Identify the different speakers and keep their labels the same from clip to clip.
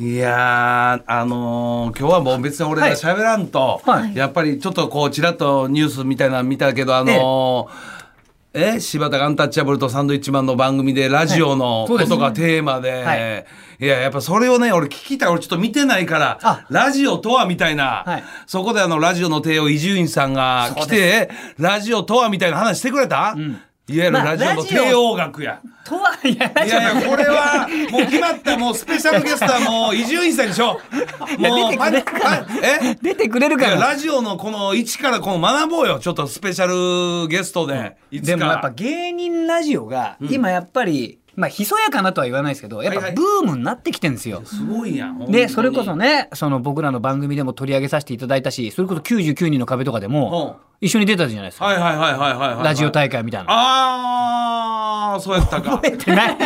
Speaker 1: いやー、あのー今日はもう別に俺が喋らんと、
Speaker 2: はいはい
Speaker 1: やっぱりちょっとこう、ちらっとニュースみたいなの見たけど、あのーえ柴田がアンタッチャブルとサンドイッチマンの番組でラジオの
Speaker 2: そう
Speaker 1: こ
Speaker 2: です
Speaker 1: とがテーマで、、
Speaker 2: はい
Speaker 1: ややっぱそれをね俺聞きたい俺ちょっと見てないか
Speaker 2: あ
Speaker 1: らラジオとはみたいな、
Speaker 2: はい
Speaker 1: そこであのラジオの帝王伊集院さんが来
Speaker 2: そう
Speaker 1: てラジオとはみたいな話してくれた、いわゆる
Speaker 2: まあ
Speaker 1: ラジオの
Speaker 2: ラジオ
Speaker 1: 帝王学や。
Speaker 2: とはいや
Speaker 1: いやいや、これは、もう決まった、もうスペシャルゲストはもう伊集院さんでしょ。もう、パンパンえ
Speaker 2: 出てくれる
Speaker 1: い
Speaker 2: か
Speaker 1: や
Speaker 2: ら
Speaker 1: ラジオのこの一からこの学ぼうよ。ちょっとスペシャルゲストで。い
Speaker 2: で
Speaker 1: つ
Speaker 2: もやっぱ
Speaker 1: か。
Speaker 2: 芸人ラジオが今やっぱり、まあひそやかなとは言わないですけどや
Speaker 1: は
Speaker 2: っ
Speaker 1: い
Speaker 2: ぱ
Speaker 1: はい
Speaker 2: ブームになってきてんですよ。
Speaker 1: すごいやん。ほんまに
Speaker 2: でそれこそ。ねその僕らの番組でも取り上げさせていただいたしそれこそ99人の壁とかでも一緒に出たじゃないですか、
Speaker 1: はいはいはいはいはいはい。
Speaker 2: ラジオ大会みたいな。
Speaker 1: あー、そうやったか。
Speaker 2: ない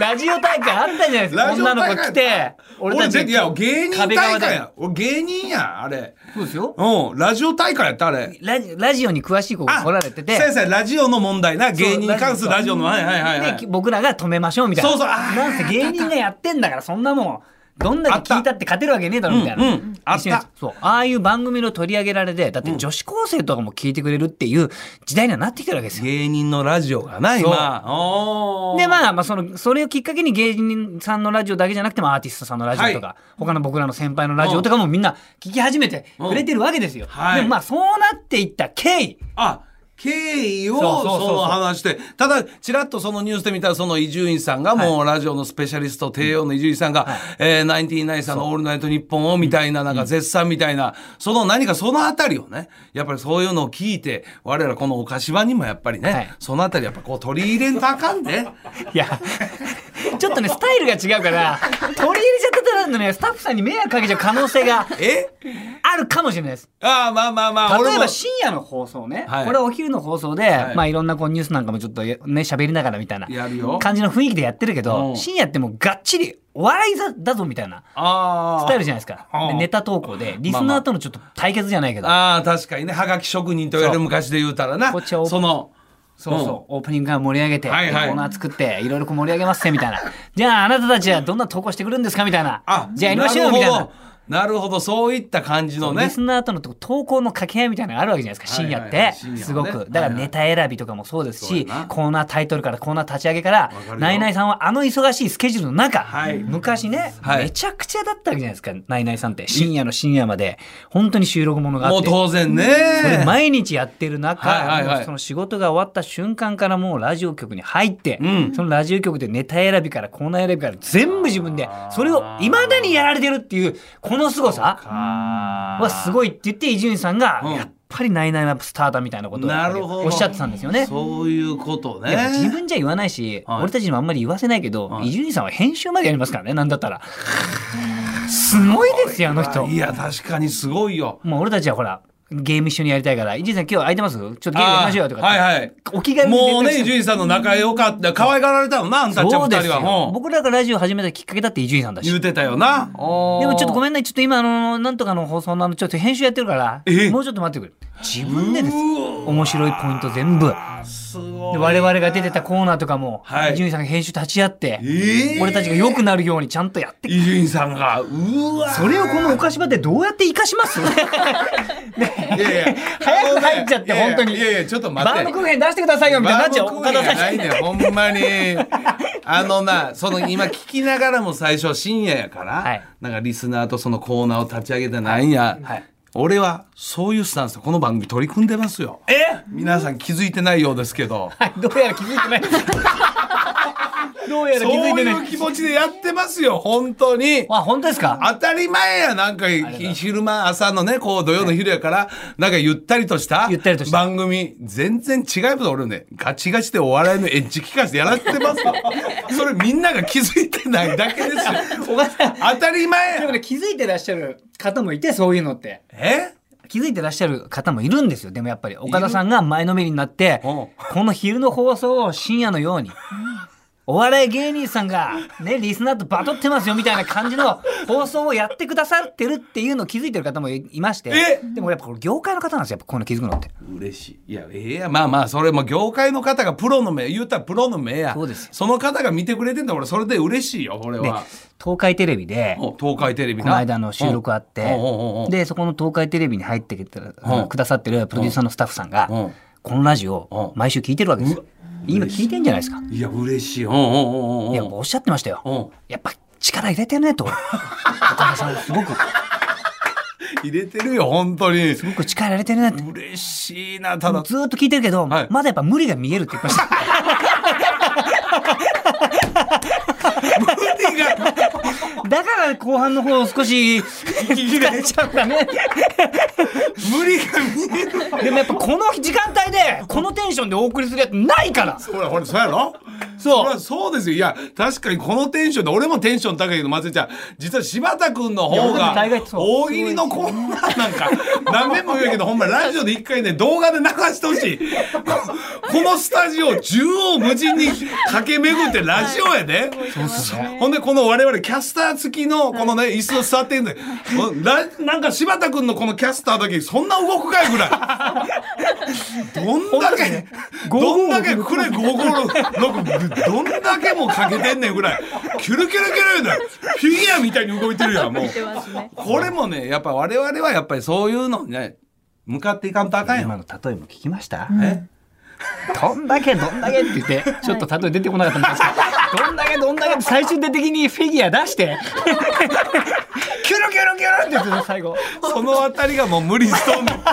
Speaker 2: ラジオ大会あったじゃないですか
Speaker 1: ラジオ
Speaker 2: 女
Speaker 1: 大
Speaker 2: の
Speaker 1: 会
Speaker 2: 子来て俺
Speaker 1: 俺
Speaker 2: たち
Speaker 1: 全いや芸人
Speaker 2: 壁側
Speaker 1: 大
Speaker 2: で
Speaker 1: 会や俺芸人やあれ
Speaker 2: そうですよ
Speaker 1: うんラジオ大会やったあれ
Speaker 2: ラジラジオに詳しい子が
Speaker 1: あ
Speaker 2: 来られてて
Speaker 1: 先生ラジオの問題な芸人に関するラジオの
Speaker 2: そう
Speaker 1: はいはいはいはい
Speaker 2: で僕らが止めましょうみたいな
Speaker 1: そうそうあー
Speaker 2: なんせ芸人がやってんだからそんなもんどんだけ聞いたって勝てるわけねえだろみたいな、
Speaker 1: うんうんあった
Speaker 2: 一緒にそうああいう番組の取り上げられてだって女子高生とかも聞いてくれるっていう時代にはなってきてるわけですよ
Speaker 1: 芸人のラジオがな今おー
Speaker 2: でまあまあそのそれをきっかけに芸人さんのラジオだけじゃなくてもアーティストさんのラジオとか、
Speaker 1: は
Speaker 2: 他の僕らの先輩のラジオとかもみんな聞き始めてくれてるわけですよ。
Speaker 1: はい
Speaker 2: でもまあそうなっていった経緯
Speaker 1: あ経緯を
Speaker 2: そうそうそう
Speaker 1: そ
Speaker 2: そう
Speaker 1: の話してただちらっとそのニュースで見たらその伊集院さんがもうラジオのスペシャリスト帝王の伊集院さんが「えーナインティナインさんのオールナイトニッポン」をみたいななんか絶賛みたいなその何かそのあたりをねやっぱりそういうのを聞いて我らこのお菓子場にもやっぱりね、
Speaker 2: はい
Speaker 1: そのあたりやっぱこう取り入れんとあかん で
Speaker 2: いやちょっとねスタイルが違うから取り入れちゃってたらねスタッフさんに迷惑かけちゃう可能性が
Speaker 1: え
Speaker 2: あるかもしれないです。
Speaker 1: ああまあまあまあ
Speaker 2: 例え
Speaker 1: も
Speaker 2: ば深夜の放送ね、
Speaker 1: はい
Speaker 2: これはお昼の放送で、
Speaker 1: い
Speaker 2: い、まあいろんなこうニュースなんかもちょっとね喋りながらみたいな
Speaker 1: やるよ
Speaker 2: 感じの雰囲気でやってるけ
Speaker 1: うん
Speaker 2: ど深夜ってもうがっちりお笑いだだぞみたいな
Speaker 1: あー
Speaker 2: スタイルじゃないですか
Speaker 1: あ。
Speaker 2: で
Speaker 1: あ
Speaker 2: ネタ投稿で、リスナーとのちょっと対決じゃないけど、
Speaker 1: ああ確かにねはがき職人と言われる昔で言うたらな
Speaker 2: こっちはオープン
Speaker 1: その
Speaker 2: そうそう、オープニングから盛り上げて、コ
Speaker 1: はいはい
Speaker 2: ーナー作って、いろいろこう盛り上げますぜみたいな。じゃあ、あなたたちはどんな投稿してくるんですかみたいな
Speaker 1: あ。
Speaker 2: じゃあ、やりましょうみたいな。
Speaker 1: なるほどなるほどそういった感じの
Speaker 2: リ
Speaker 1: ね
Speaker 2: スナーとの投稿の掛け合いみたいなのがあるわけじゃないですか、深夜っ
Speaker 1: はいはい
Speaker 2: て。
Speaker 1: 深夜はね
Speaker 2: すごく。だ
Speaker 1: はいは
Speaker 2: から
Speaker 1: い
Speaker 2: ネタ選びとかもそうですし
Speaker 1: そうやな、
Speaker 2: コーナータイトルからコーナー立ち上げから
Speaker 1: かるよ、
Speaker 2: ナイナイさんはあの忙しいスケジュールの中
Speaker 1: はい、
Speaker 2: 昔ね、
Speaker 1: はい
Speaker 2: めちゃくちゃだったわけじゃないですか、ナイナイさんって。深夜の深夜まで、本当に収録ものがあ
Speaker 1: も
Speaker 2: っ
Speaker 1: う
Speaker 2: て。
Speaker 1: 当然ね
Speaker 2: それ毎日やってる中、
Speaker 1: はいはいはい
Speaker 2: もうその仕事が終わった瞬間からもうラジオ局に入って、
Speaker 1: うん
Speaker 2: そのラジオ局でネタ選びからコーナー選びから全部自分でそれをいまだにやられてるっていうこの凄さ
Speaker 1: あー
Speaker 2: はすごいって言って伊集院さんが、
Speaker 1: うん
Speaker 2: やっぱり「ナイナイはスターだ」みたいなことを
Speaker 1: なるほど
Speaker 2: おっしゃってたんですよね。
Speaker 1: そういうこと
Speaker 2: いや自
Speaker 1: ね
Speaker 2: 分じゃ言わないし、
Speaker 1: はい
Speaker 2: 俺たちにもあんまり言わせないけど
Speaker 1: はい
Speaker 2: 伊集院さんは編集までやりますからねなん だったらすごいですよあの人
Speaker 1: いや確かにすごいよ
Speaker 2: もう俺たちはほら、ゲーム一緒にやりたいから、伊集院さん今日空いてますちょっとゲームやりましょうよとかって。
Speaker 1: はいはい
Speaker 2: お気軽に
Speaker 1: もうね
Speaker 2: 連絡して
Speaker 1: 伊集院さんの仲良かった可愛がられたもんなあんたちゃん
Speaker 2: そう
Speaker 1: 二
Speaker 2: です
Speaker 1: 人
Speaker 2: よ
Speaker 1: はも
Speaker 2: 僕らがラジオ始めたきっかけだって伊集院さんだ
Speaker 1: う
Speaker 2: し。
Speaker 1: 言うてたよなで
Speaker 2: で
Speaker 1: も
Speaker 2: もちょっとご
Speaker 1: ん
Speaker 2: めんね、ちょっと今あの、なんとかの放送のあの、ちょっと編集やってるから
Speaker 1: え、
Speaker 2: もうちょっと待ってくれ。自分でですよ。
Speaker 1: う
Speaker 2: 面白いポイント全部。で
Speaker 1: わすごい
Speaker 2: 我々が出てたコーナーとかも
Speaker 1: はい、
Speaker 2: 伊集院さんが編集立ち会って、
Speaker 1: えー
Speaker 2: 俺たちが良くなるようにちゃんとやって。
Speaker 1: 伊集院さんがうわ
Speaker 2: それをこのお菓子場でどうやって活かします
Speaker 1: いやいや
Speaker 2: 早く入っちゃって本当に
Speaker 1: いやいやいやちょっと待
Speaker 2: バ
Speaker 1: って
Speaker 2: ームクーヘン出してくださいよみたいになっちゃう
Speaker 1: バームク
Speaker 2: 岡
Speaker 1: ーヘン
Speaker 2: 田
Speaker 1: や
Speaker 2: さ
Speaker 1: なんい
Speaker 2: に
Speaker 1: ねんほんまにあのなその今聞きながらも最初深夜やから、
Speaker 2: はい
Speaker 1: なんかリスナーとそのコーナーを立ち上げてなんや、
Speaker 2: はい
Speaker 1: 俺はそういうスタンスでこの番組取り組んでますよ
Speaker 2: え
Speaker 1: 皆さん気づいてないようですけど
Speaker 2: はい、どうやら気づいて ない。どうやら気づい
Speaker 1: そうい
Speaker 2: て
Speaker 1: う
Speaker 2: ない。
Speaker 1: 気持ちでやってますよ本当に
Speaker 2: あ、本当ですか。
Speaker 1: 当たり前やなんか昼間朝のねこう土曜の昼やからなんかゆったりとした
Speaker 2: ゆったりとした
Speaker 1: 番組全然違います俺ねガチガチでお笑いのエッジ聞かせてやらせて ますよそれみんなが気づいてないだけですよ
Speaker 2: 小川さん。
Speaker 1: 当たり前
Speaker 2: でも
Speaker 1: や
Speaker 2: ね、気づいてらっしゃる方もいて、そういうのって。
Speaker 1: え
Speaker 2: 気づいてらっしゃる方もいるんですよ。でもやっぱり、岡田さんが前のめりになって、
Speaker 1: うん
Speaker 2: この昼の放送を深夜のように。お笑い芸人さんが、ね、リスナーとバトってますよみたいな感じの放送をやってくださってるっていうのを気づいてる方もいいまして
Speaker 1: え、
Speaker 2: でもやっぱこれ業界の方なんですよ、やっぱこういうの気づくのって。
Speaker 1: 嬉しいいやええやまあまあそれも業界の方がプロの目言うたらプロの目や
Speaker 2: そうですよ
Speaker 1: の方が見てくれてんだ俺それで嬉しいよ俺
Speaker 2: で
Speaker 1: は、
Speaker 2: 東海テレビで、
Speaker 1: お東海テレビな
Speaker 2: この間の収録あっ
Speaker 1: う
Speaker 2: て
Speaker 1: んうんうんうん、
Speaker 2: で、そこの東海テレビに入ってきて
Speaker 1: うん
Speaker 2: くださってるプロデューサーのスタッフさんが
Speaker 1: うん、
Speaker 2: このラジオを
Speaker 1: うん
Speaker 2: 毎週聞いてるわけですよ。今聞いてんじゃないですか。
Speaker 1: いや嬉しいうんうんうんうんうん
Speaker 2: いや、もうおっしゃってましたよ
Speaker 1: う。
Speaker 2: やっぱ力入れてね と。岡田さん、すごく、
Speaker 1: 入れてるよ本当に
Speaker 2: すごく力入れてるねって。
Speaker 1: 嬉しいなただ
Speaker 2: ずーっと聞いてるけど、
Speaker 1: はい
Speaker 2: まだやっぱ無理が見えるって言ってました。だから後半の方少し疲れちゃったね。
Speaker 1: 無理が見える
Speaker 2: でもやっぱこの時間帯で、このテンションでお送りするやつないから。
Speaker 1: ほらほらそうやろそりゃそうですよいや確かにこのテンションで俺もテンション高いけど松井ちゃん実は柴田君の
Speaker 2: いや
Speaker 1: 方
Speaker 2: 俺も
Speaker 1: が
Speaker 2: 大概そう
Speaker 1: 大喜利のコーナーなんか何遍も言うけどほんまラジオで一回ね動画で流してほしいこ のスタジオ縦横無尽に駆け巡ってラジオやでほんでこの我々キャスター付きのこのね椅子を座ってんでこのラなんか柴田君のこのキャスターだけそんな動くかいぐら いどんだけ、どんだけくれ556、どんだけもうかけてんねんぐらい、キュルキュルキュルだフィギュアみたいに動いてるやん、もう。これもね、やっぱ我々はやっぱりそういうのにね、向かっていかんとあかんよ。
Speaker 2: 今の例えも聞きました、
Speaker 1: え
Speaker 2: どんだけどんだけって言って、 ちょっと例え出てこなかったんですけど、どんだけどんだけって最終的にフィギュア出して、キュルキュルキュルって言ってた最後。
Speaker 1: そのあたりがもう無理し とんねん。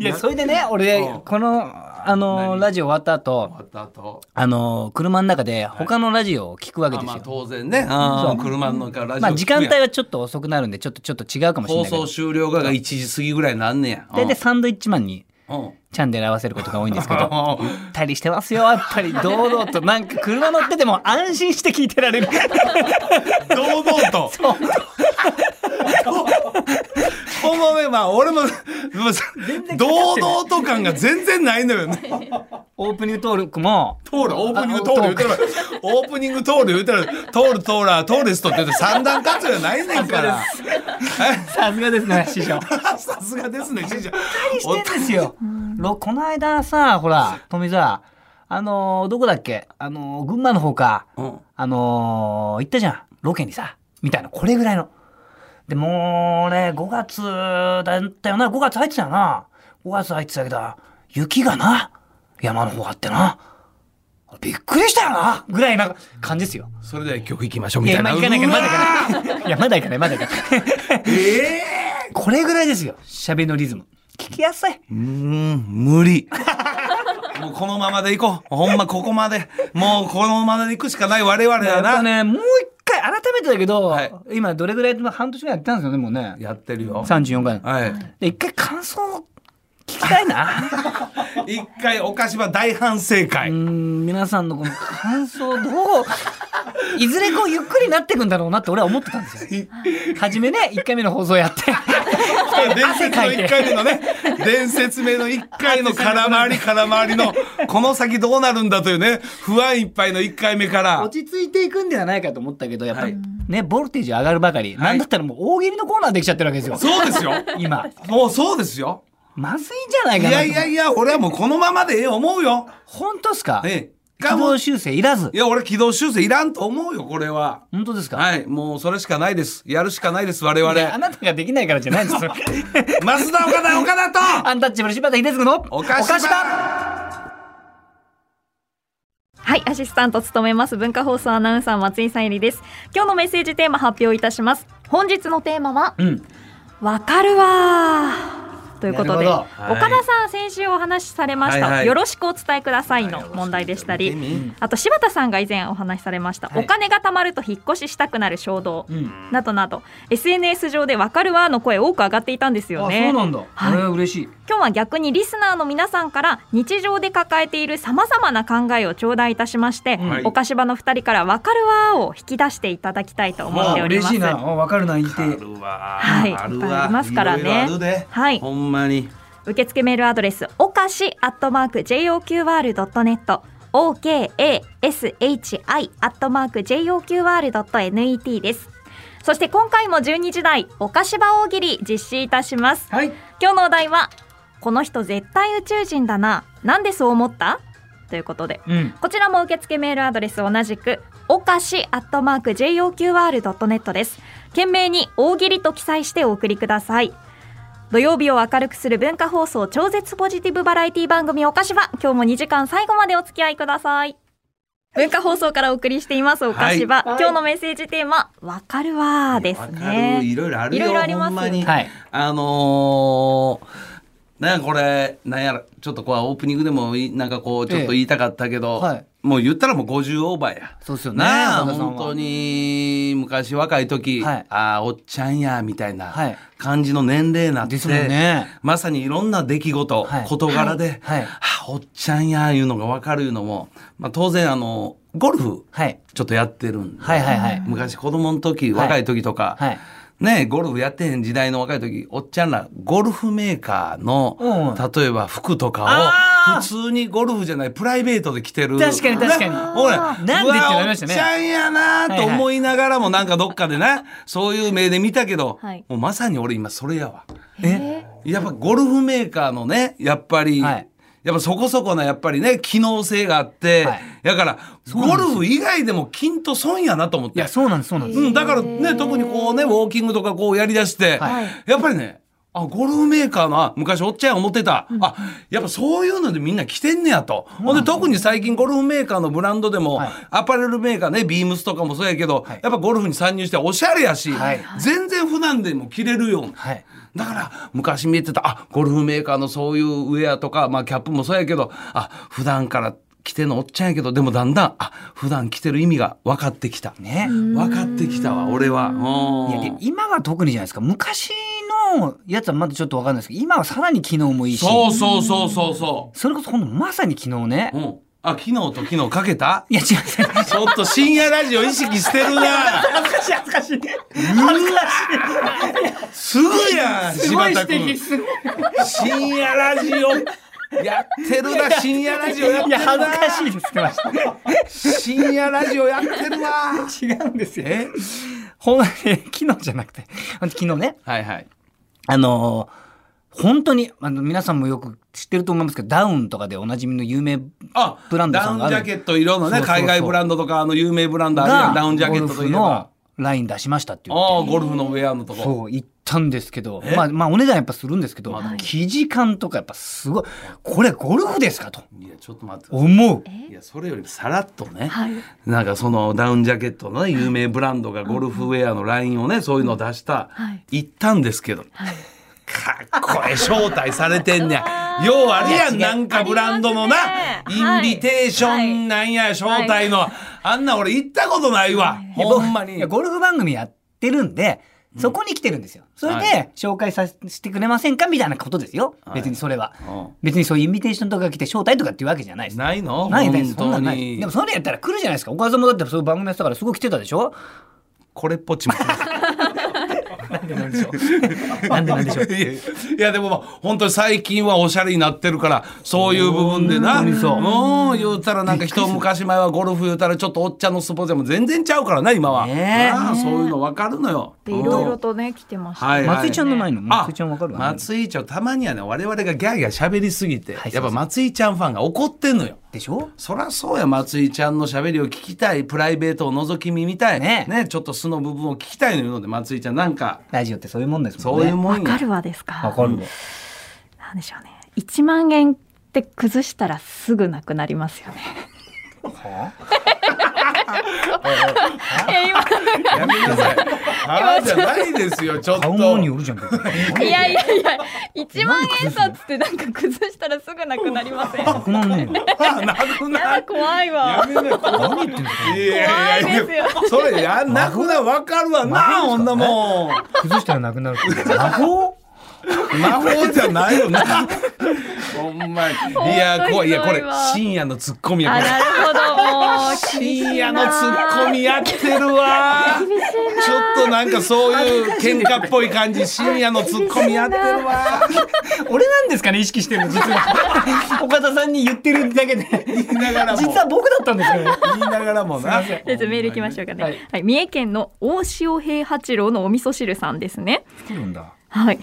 Speaker 2: いや、それでね、俺
Speaker 1: うん、
Speaker 2: この、あのー、ラジオ終わった後、
Speaker 1: あとあと。
Speaker 2: あのー、車の中で他のラジオを聞くわけ
Speaker 1: まあ
Speaker 2: ですよ。
Speaker 1: まあ当然ね、あー車の中ラジオ。
Speaker 2: まあ時間帯はちょっと遅くなるんで、ちょっとちょっと違うかもしれ
Speaker 1: 放
Speaker 2: ないけど
Speaker 1: 送。終了が1時過ぎぐらいになんねや。
Speaker 2: 大体サンドイッチマンに
Speaker 1: うんうん
Speaker 2: チャンネル合わせることが多いん ですけど、行ったりしてますよ、やっぱり堂々と。なんか車乗ってても安心して聞いてられる。
Speaker 1: 堂々と。 ほんまね、まあ俺も、まあさ堂々と感が全然ないのよ ね。
Speaker 2: オープニング登録も、
Speaker 1: 通る、オープニング通る言うてるわ。オープニング通る言うてる。通る通ら、通ですとって言って三段活用ないねん から。
Speaker 2: さすがです ね、師匠。
Speaker 1: はいさすがですね、しんちゃん。
Speaker 2: してんですよ。ろこの間さ、ほら、富澤、あのーどこだっけあのー群馬の方か、
Speaker 1: うん
Speaker 2: あのー行ったじゃん。ロケにさ、みたいな、これぐらいの。でもうね、5月だったよな、5月入ってたよな。5月入ってたけど、雪がな、山の方あってな。びっくりしたよなぐらいな感じですよ。
Speaker 1: それでは曲行きましょう
Speaker 2: い
Speaker 1: み
Speaker 2: や、
Speaker 1: たい
Speaker 2: 今
Speaker 1: な。
Speaker 2: 行かないから、まだ
Speaker 1: うわ
Speaker 2: 行かない。いや、まだ行かない、まだ行かない。
Speaker 1: ええ
Speaker 2: これぐらいですよ、喋りのリズム。聞きやすい。
Speaker 1: うーん、無理。もうこのままで行こう。ほんまここまで。もうこのままで行くしかない我々
Speaker 2: や
Speaker 1: や
Speaker 2: っぱ
Speaker 1: な。
Speaker 2: ね、もう一回、改めてだけど、
Speaker 1: はい
Speaker 2: 今どれぐらい、まあ半年ぐらいやってたんですよね、もうね。
Speaker 1: やってるよ。
Speaker 2: 34回。
Speaker 1: はい。
Speaker 2: で、一回感想を聞きたいな。
Speaker 1: 一回お菓子は大反省会、
Speaker 2: うーん、皆さんのこの感想をどう、いずれこうゆっくりになっていくんだろうなって俺は思ってたんですよ。初めね、1回目の放送やって。
Speaker 1: 伝説の一回目のね伝説目の一回の空回り空回りのこの先どうなるんだというね不安いっぱいの一回目から
Speaker 2: 落ち着いていくんではないかと思ったけど、やっぱり、
Speaker 1: はい
Speaker 2: ね、ボルテージ上がるばかり。なんだったらもう大喜利のコーナーできちゃってるわけですよ。
Speaker 1: そうですよ
Speaker 2: 今。
Speaker 1: もうそうですよ
Speaker 2: まずいんじゃない
Speaker 1: い
Speaker 2: かなと
Speaker 1: やいやいや俺はもうこのままでええ思うよ
Speaker 2: 本当ですか
Speaker 1: ええ
Speaker 2: 軌道修正いらず
Speaker 1: い。や俺軌道修正いらんと思うよこれは
Speaker 2: 本当ですか
Speaker 1: はいもうそれしかないですやるしかないです我々
Speaker 2: いやあなたができないからじゃないですよ。
Speaker 1: 増田岡田岡田と
Speaker 2: アンタッチャブル柴田秀嗣の
Speaker 1: お菓子
Speaker 2: おだ
Speaker 1: は
Speaker 3: はい、アシスタント務めます文化放送アナウンサー松井さゆりです。今日のメッセージテーマ発表いたします。本日のテーマは、
Speaker 2: うん。
Speaker 3: わかるわーということで、
Speaker 2: なるほ
Speaker 1: ど
Speaker 3: 岡田さん先週お話しされました、
Speaker 1: はいはい
Speaker 3: よろしくお伝えくださいの問題でしたり、あと柴田さんが以前お話しされました、
Speaker 2: はい
Speaker 3: お金が貯まると引っ越ししたくなる衝動、
Speaker 2: うん。
Speaker 3: などなど SNS 上でわかるわーの声多く上がっていたんですよ
Speaker 2: あ、
Speaker 3: ね
Speaker 2: そうなんだ。あ
Speaker 3: はい
Speaker 2: れは嬉しい。
Speaker 3: 今日は逆にリスナーの皆さんから日常で抱えているさまざまな考えを頂戴いたしまして、
Speaker 2: はい
Speaker 3: お菓子場の2人から「わかるわ」を引き出していただきたいと思っております。
Speaker 2: 嬉しいな。あわかるな言って。
Speaker 1: るわ
Speaker 3: はい
Speaker 1: あ
Speaker 3: い
Speaker 1: る
Speaker 3: っぱいあ
Speaker 1: わ
Speaker 3: りますからね
Speaker 1: いろいろあるで
Speaker 3: はい
Speaker 1: ほんまに
Speaker 3: 受付メールアドレスおかし @jocr.net OKASHI アットマーク JOQR.net ですそして今回も12時台お菓子場大喜利実施いたします
Speaker 2: はい。
Speaker 3: 今日のお題はこの人絶対宇宙人だななんでそう思ったということで
Speaker 2: うん。
Speaker 3: こちらも受付メールアドレス同じく、おかしアットマーク JOQR.net です。懸命に大喜利と記載してお送りください。土曜日を明るくする文化放送超絶ポジティブバラエティ番組おかしは、今日も2時間最後までお付き合いください。文化放送からお送りしていますおかしは、今日のメッセージテーマ、わかるわーです
Speaker 1: わかるい
Speaker 3: ね。
Speaker 1: ろいろあるよ
Speaker 3: いろいろあります
Speaker 1: ほんまに、
Speaker 2: はい
Speaker 1: あのーなんやこれなんやらちょっとこうオープニングでもいなんかこうちょっと言いたかったけど、
Speaker 2: ええはい
Speaker 1: もう言ったらもう50オーバーや
Speaker 2: そうっすよね
Speaker 1: なあ
Speaker 2: 岡田さんは
Speaker 1: 本当に昔若い時、
Speaker 2: はい
Speaker 1: ああおっちゃんやみたいな
Speaker 2: はい
Speaker 1: 感じの年齢になって、
Speaker 2: ですもんね
Speaker 1: まさにいろんな出来事、
Speaker 2: はい
Speaker 1: 事柄で、
Speaker 2: はいは
Speaker 1: あ
Speaker 2: い
Speaker 1: おっちゃんやいうのが分かるいうのも、まあ、当然あのゴルフ
Speaker 2: はい。
Speaker 1: ちょっとやってるんで、
Speaker 2: はいはいはい。
Speaker 1: 昔子供の時、
Speaker 2: はい
Speaker 1: 若い時とか、
Speaker 2: はい
Speaker 1: ねゴルフやってへん時代の若い時おっちゃんらゴルフメーカーの、
Speaker 2: うん
Speaker 1: 例えば服とか
Speaker 2: あ
Speaker 1: を
Speaker 2: ー
Speaker 1: 普通にゴルフじゃないプライベートで着てる
Speaker 2: 確かに確かに
Speaker 1: なほら
Speaker 2: なんでってなりましたね
Speaker 1: うわおっちゃんやなと思いながらもなんかどっかでなそういう目で見たけど、
Speaker 3: はい
Speaker 1: もうまさに俺今それやわ。
Speaker 2: え
Speaker 1: やっぱゴルフメーカーのねやっぱり、
Speaker 2: はい
Speaker 1: やっぱそこそこなやっぱりね機能性があって、
Speaker 2: はい
Speaker 1: だからゴルフ以外でも金と損やなと思っ
Speaker 2: い
Speaker 1: て
Speaker 2: や、そうなんです、そうなんです。
Speaker 1: うん、だからね特にこうねウォーキングとかこうやりだして、
Speaker 2: はい
Speaker 1: やっぱりねあゴルフメーカーのあ昔おっちゃん思ってた、あやっぱそういうのでみんな来てんねやと、ほんで特に最近ゴルフメーカーのブランドでも、
Speaker 2: はい
Speaker 1: アパレルメーカーねビームスとかもそうやけど、
Speaker 2: はい
Speaker 1: やっぱゴルフに参入しておしゃれやし、
Speaker 2: はい
Speaker 1: 全然普段でも着れるような
Speaker 2: はい。
Speaker 1: だから昔見えてたあゴルフメーカーのそういうウェアとか、まあ、キャップもそうやけどあ普段から着てんのおっちゃんやけどでもだんだんあ普段着てる意味が分かってきた。
Speaker 2: ね。
Speaker 1: 分かってきたわ俺は。
Speaker 2: いやで今が特にじゃないですか昔のやつはまだちょっとわかんないですけど今はさらに機能もいいし
Speaker 1: そうそうそうそうそ
Speaker 2: それこそ今度まさに昨日ね、
Speaker 1: う。うん。あ昨日と昨日かけた？
Speaker 2: いや違う違う
Speaker 1: ちょっと深夜ラジオ意識してるな。
Speaker 2: 恥ずかしい恥ずかしい
Speaker 1: すぐやん
Speaker 2: すごい
Speaker 1: 柴田
Speaker 2: 指摘
Speaker 1: 君。
Speaker 2: する
Speaker 1: 深夜ラジオやってるな深夜ラジオやっ
Speaker 2: い
Speaker 1: て
Speaker 2: や
Speaker 1: る
Speaker 2: 恥ずかしい
Speaker 1: な。
Speaker 2: ですってました
Speaker 1: 深夜ラジオやってるわ。
Speaker 2: 違うんですよ。
Speaker 1: え？
Speaker 2: ほん、昨日じゃなくて、ほんと昨日ね、
Speaker 1: はいはい。
Speaker 2: あのー本当に、あの、皆さんもよく知ってると思いますけど、ダウンとかでおなじみの有名
Speaker 1: あ
Speaker 2: ブランドさんがある
Speaker 1: ダウンジャケット色のね
Speaker 2: そうそうそ
Speaker 1: 海
Speaker 2: う
Speaker 1: 外ブランドとかあの有名ブランドあるや
Speaker 2: が、
Speaker 1: んダウンジャケッ
Speaker 2: ゴ
Speaker 1: ト
Speaker 2: ル
Speaker 1: とい
Speaker 2: フ
Speaker 1: えば
Speaker 2: の。ライン出しましたっていう。
Speaker 1: ああゴルフのウェアのとこ。
Speaker 2: そう、行ったんですけど
Speaker 1: え、
Speaker 2: まあ、まあ、お値段やっぱするんですけど
Speaker 1: まあでも、
Speaker 2: 生地感とかやっぱすごい、これゴルフですかと
Speaker 1: いやちょっと待ってください。
Speaker 2: 思う。
Speaker 1: いやそれよりもさらっとね、
Speaker 3: はい
Speaker 1: なんかそのダウンジャケットのね有名ブランドがゴルフウェアのラインをねそういうのを出した、
Speaker 3: はい
Speaker 1: 行ったんですけど、かっこええ招待されてんね やようあるやん
Speaker 2: いや
Speaker 1: な
Speaker 2: 違うん
Speaker 1: かブランドのな、
Speaker 3: ありますね
Speaker 1: インビテーションなんや、招待の、あんな俺行ったことないわ、
Speaker 2: いや
Speaker 1: ほんまに
Speaker 2: いやゴルフ番組やってるんで、そこに来てるんですよ。それ
Speaker 1: は
Speaker 2: で、紹介させてくれませんかみたいなことですよ。
Speaker 1: はい
Speaker 2: 別にそれは。
Speaker 1: うん
Speaker 2: 別にそういうインビテーションとか来て招待とかっていうわけじゃないです。
Speaker 1: ないの
Speaker 2: ないです。
Speaker 1: 本
Speaker 2: そんな
Speaker 1: 当
Speaker 2: んない。
Speaker 1: に
Speaker 2: でもそれやったら来るじゃないですか。お母さんもだってそういう番組やってたからすごい来てたでしょ
Speaker 1: これっぽっちも
Speaker 2: なんでなんでしょう。
Speaker 1: いやいやでもまあ本当に最近はおしゃれになってるからそういう部分でな
Speaker 2: 本当にそう
Speaker 1: うん言うたらなんか一昔前はゴルフ言うたらちょっとおっちゃんのスポーツでも全然ちゃうからな今は、
Speaker 2: ねえ
Speaker 1: なあそういうの分かるのよ
Speaker 3: でいろいろとね来てました、
Speaker 1: はいはい
Speaker 2: 松井ちゃんの前の松井ちゃんわかる
Speaker 1: あ松井ちゃんたまにはね我々がギャーギャー喋りすぎて、
Speaker 2: はい
Speaker 1: やっぱ松井ちゃんファンが怒ってんのよ
Speaker 2: でしょ
Speaker 1: そらそうや松井ちゃんの喋りを聞きたいプライベートを覗き見みたい
Speaker 2: ねえ
Speaker 1: ねちょっと素の部分を聞きたいのよので松井ちゃんなんか
Speaker 2: ラジオってそういうもんですも
Speaker 1: そ
Speaker 2: ん
Speaker 1: う
Speaker 2: ね。
Speaker 1: いうもん
Speaker 3: わ
Speaker 1: や
Speaker 3: かるわですか
Speaker 2: わかるわ
Speaker 3: なんでしょうね。1万円って崩したらすぐなくなりますよね。え
Speaker 1: やめな さい。腹じゃないですよ、ちょっと。
Speaker 2: 顔のによるじゃん。別に
Speaker 3: 今いやいやいや、1万円札ってなんか崩したらすぐなくなりません。
Speaker 2: 僕もね、
Speaker 1: あなくな
Speaker 3: あ怖いわ。
Speaker 1: やめな怖いいやいやい
Speaker 3: 怖いで
Speaker 1: や、それやんなくなわかるわな、
Speaker 2: 孫
Speaker 1: 女もん。
Speaker 2: 崩したらなくなるって。魔法
Speaker 1: 魔法じゃないよな。ほんまに。い
Speaker 3: ほんとひどいわ
Speaker 1: や、怖い。いや、これ、深夜のツッコミや。こ
Speaker 3: あ
Speaker 1: れ
Speaker 3: なるほどもう
Speaker 1: 深夜のツッコミやってるわ。ちょっとなんかそういう喧嘩っぽい感じ、深夜のツッコミやってるわ。
Speaker 2: 俺なんですかね意識してるの実は 岡田さんに言ってるだけで
Speaker 1: 言いながらも。
Speaker 2: 実は僕だったんですよね
Speaker 1: 言いながらもな。
Speaker 3: とりあえずメールいきましょうかね、
Speaker 2: は
Speaker 3: はいい三重県の大塩平八郎のお味噌汁さんですね
Speaker 2: 来るんだ
Speaker 3: はい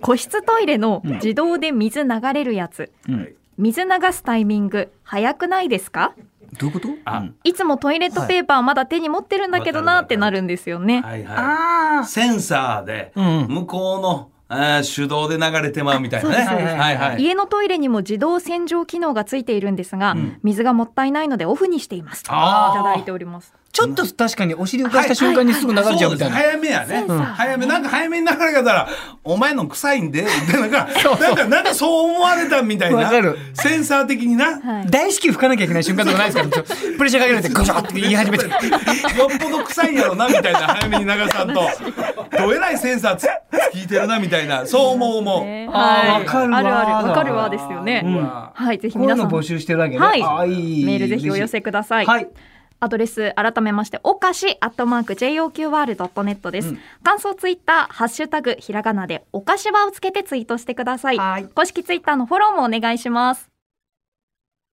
Speaker 3: 個室トイレの自動で水流れるやつ、
Speaker 2: うん
Speaker 3: 水流すタイミング早くないですか
Speaker 2: どういうこと
Speaker 1: あ
Speaker 2: うん
Speaker 3: いつもトイレットペーパーまだ手に持ってるんだけどなってなるんですよね、
Speaker 1: はいは
Speaker 2: あ
Speaker 1: い。センサーで、
Speaker 2: うん
Speaker 1: 向こうの、あー手動で流れてまうみたいなね。
Speaker 2: そうですそうです
Speaker 1: はいはい。
Speaker 3: 家のトイレにも自動洗浄機能がついているんですが、水がもったいないのでオフにしていますい
Speaker 1: あー
Speaker 3: ただいております
Speaker 2: ちょっと確かにお尻浮かした瞬間にすぐ流れちゃうみたいな、
Speaker 1: そうです早めやね、
Speaker 3: うん
Speaker 1: 早めなんか早めに流れがたら「お前の臭いんで」みたいななんかなんかなんかそう思われたみたいな
Speaker 2: わかる
Speaker 1: センサー的にな、
Speaker 3: はい
Speaker 2: 大至急吹かなきゃいけない瞬間とかないですからプレッシャーかけられてガシャって言い始めて
Speaker 1: よっぽど臭いんやろなみたいな早めに流さん とどえらいセンサーつ聞いてるなみたいなそう思う思う、
Speaker 3: ね
Speaker 2: あー
Speaker 3: は
Speaker 2: わ
Speaker 3: い
Speaker 2: かるわ
Speaker 3: あるあるわかるわですよね、
Speaker 1: う
Speaker 2: うん
Speaker 1: わ
Speaker 3: はいぜひ
Speaker 2: こういう
Speaker 3: 皆
Speaker 2: の
Speaker 3: さん
Speaker 2: 募集してるわけね、
Speaker 3: はい
Speaker 2: あいい
Speaker 3: メールぜひお寄せください、
Speaker 2: はい
Speaker 3: アドレス改めましておかしアットマーク JOQR.net です、
Speaker 2: うん
Speaker 3: 感想ツイッターハッシュタグひらがなでおかしばをつけてツイートしてください
Speaker 2: はい
Speaker 3: 公式ツイッターのフォローもお願いします